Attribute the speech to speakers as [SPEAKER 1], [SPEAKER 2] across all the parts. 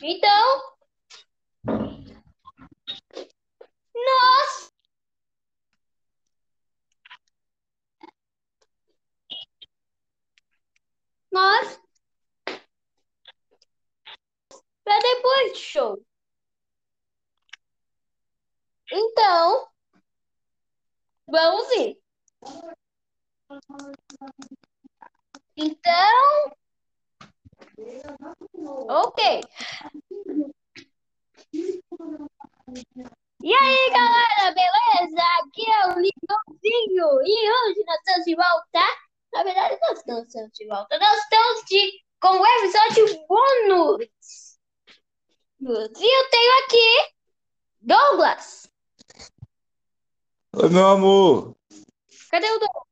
[SPEAKER 1] Então. Nossa! Nós. Pra depois do show. Então. Vamos ir. Então. Ok. E aí, galera, beleza? Aqui é o Ligãozinho. E hoje nós estamos de volta. Na verdade, nós não estamos de volta. Nós estamos de, com o episódio bônus. E eu tenho aqui Douglas.
[SPEAKER 2] Oi, meu amor.
[SPEAKER 1] Cadê o Douglas?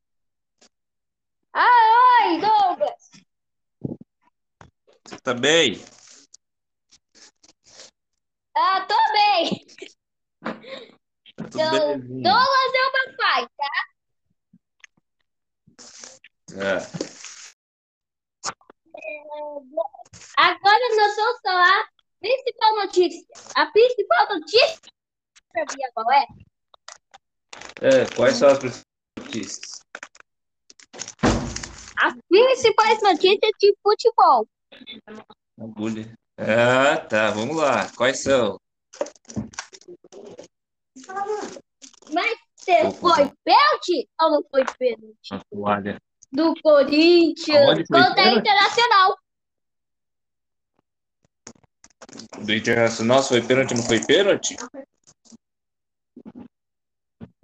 [SPEAKER 1] Ah, oi, Douglas.
[SPEAKER 2] Tá bem?
[SPEAKER 1] Ah, tô bem.
[SPEAKER 2] Tá tudo
[SPEAKER 1] Então,
[SPEAKER 2] belezinha?
[SPEAKER 1] Douglas é o papai, tá?
[SPEAKER 2] É.
[SPEAKER 1] Agora nós vamos falar principal notícia. A principal notícia, sabia qual é?
[SPEAKER 2] É, quais são as principais notícias?
[SPEAKER 1] As principais notícias de futebol.
[SPEAKER 2] Agulha. Ah, tá. Vamos lá. Quais são?
[SPEAKER 1] Mas se foi pênalti ou não foi pênalti?
[SPEAKER 2] A toalha.
[SPEAKER 1] Do Corinthians
[SPEAKER 2] Aonde foi
[SPEAKER 1] contra o
[SPEAKER 2] pênalti?
[SPEAKER 1] Internacional.
[SPEAKER 2] Do Internacional, se foi pênalti ou não foi pênalti?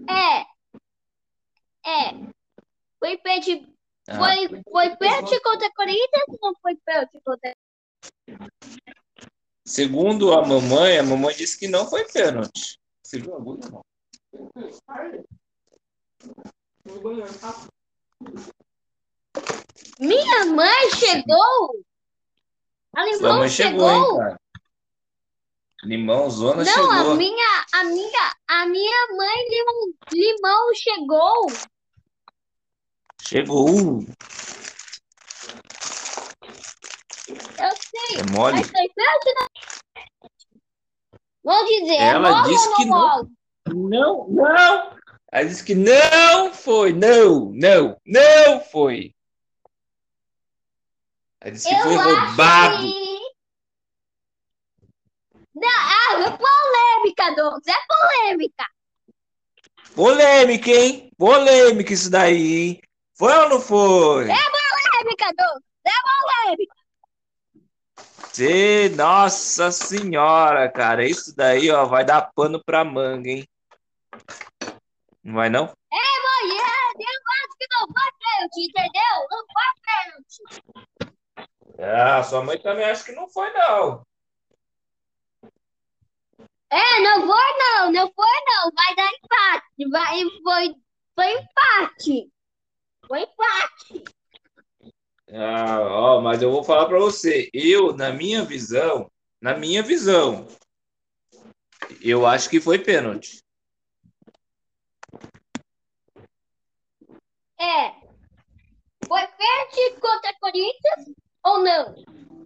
[SPEAKER 1] É. É. Foi pênalti,
[SPEAKER 2] Ah,
[SPEAKER 1] foi, foi pênalti contra o Corinthians ou não foi pênalti contra
[SPEAKER 2] Segundo a mamãe, a mamãe disse que não foi pênalti. Você viu a agulha? Não.
[SPEAKER 1] Minha mãe chegou. A
[SPEAKER 2] Sua
[SPEAKER 1] Limão
[SPEAKER 2] mãe chegou, hein,
[SPEAKER 1] chegou.
[SPEAKER 2] cara? Limão, zona
[SPEAKER 1] Não,
[SPEAKER 2] chegou.
[SPEAKER 1] a minha, a minha, a minha mãe Limão, Limão chegou.
[SPEAKER 2] Chegou.
[SPEAKER 1] Eu sei.
[SPEAKER 2] É mole.
[SPEAKER 1] Mas foi pênalti não. Vou dizer,
[SPEAKER 2] Ela
[SPEAKER 1] é mole
[SPEAKER 2] disse
[SPEAKER 1] ou
[SPEAKER 2] que
[SPEAKER 1] não
[SPEAKER 2] não.
[SPEAKER 1] mole?
[SPEAKER 2] Não, não. Ela disse que não foi, não, não, não foi. Ela disse que
[SPEAKER 1] Eu
[SPEAKER 2] foi
[SPEAKER 1] acho
[SPEAKER 2] roubado.
[SPEAKER 1] que- Não, ah, é polêmica, Douglas, é polêmica.
[SPEAKER 2] Polêmica, hein? Polêmica isso daí, hein? Foi ou não foi?
[SPEAKER 1] É. Polêmica, Douglas, é polêmica.
[SPEAKER 2] Cê- nossa senhora, cara. Isso daí, ó, vai dar pano pra manga, hein? Não vai, não?
[SPEAKER 1] Olha, eu acho que não foi pênalti, entendeu? Não foi pênalti.
[SPEAKER 2] Ah, sua mãe também acha que não foi, não.
[SPEAKER 1] É, não foi não, não foi não, vai dar empate, vai, foi, foi empate. Foi empate.
[SPEAKER 2] Ah, ó, mas eu vou falar pra você. Eu, na minha visão, na minha visão, eu acho que foi pênalti.
[SPEAKER 1] É, foi pênalti contra Corinthians ou não?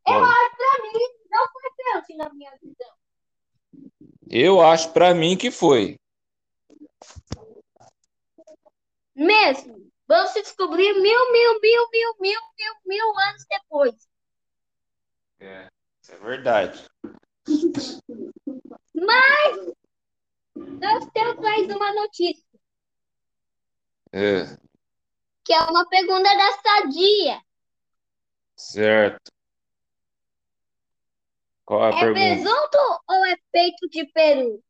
[SPEAKER 1] Eu
[SPEAKER 2] Olha.
[SPEAKER 1] acho pra mim, não foi pênalti na minha visão.
[SPEAKER 2] Eu acho pra mim que foi.
[SPEAKER 1] Mesmo. Vamos descobrir mil, mil, mil, mil, mil, mil, mil anos depois.
[SPEAKER 2] É, isso é verdade.
[SPEAKER 1] Nós temos mais uma notícia,
[SPEAKER 2] É,
[SPEAKER 1] que é uma pergunta da Sadia.
[SPEAKER 2] certo. Qual é a
[SPEAKER 1] É
[SPEAKER 2] pergunta?
[SPEAKER 1] presunto ou é peito de peru?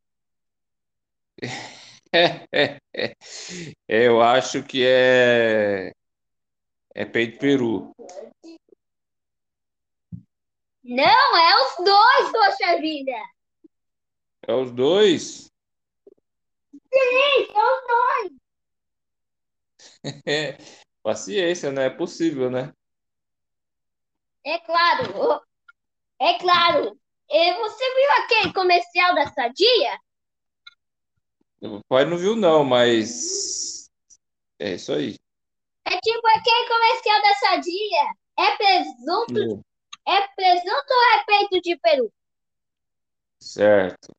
[SPEAKER 2] É, Eu acho que é. É peito peru.
[SPEAKER 1] Não, é os dois, poxa vida.
[SPEAKER 2] É os dois?
[SPEAKER 1] Sim, são os dois.
[SPEAKER 2] É. Paciência, né? É possível, né?
[SPEAKER 1] É claro. ô, É claro. E você viu aquele comercial da Sadia?
[SPEAKER 2] O pai não viu, não, mas. É isso aí.
[SPEAKER 1] É tipo aquele comercial da Sadia. É presunto, é presunto ou é peito de peru?
[SPEAKER 2] Certo.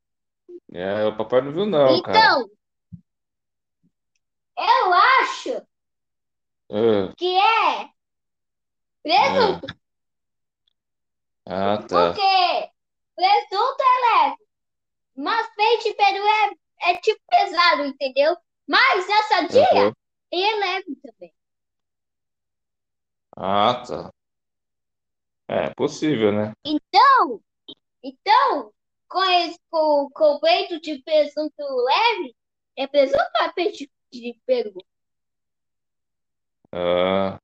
[SPEAKER 2] É, o Papai não viu, não, cara.
[SPEAKER 1] Então, eu acho
[SPEAKER 2] Ah,
[SPEAKER 1] que é presunto,
[SPEAKER 2] ah, tá.
[SPEAKER 1] porque presunto é leve, mas peito de peru é, é tipo pesado, entendeu? Mas é sadia
[SPEAKER 2] Aham.
[SPEAKER 1] e é leve também.
[SPEAKER 2] Ah, tá. É possível, né?
[SPEAKER 1] Então, então com, esse, com, com peito de presunto leve, é presunto ou é peito de peru?
[SPEAKER 2] Ah,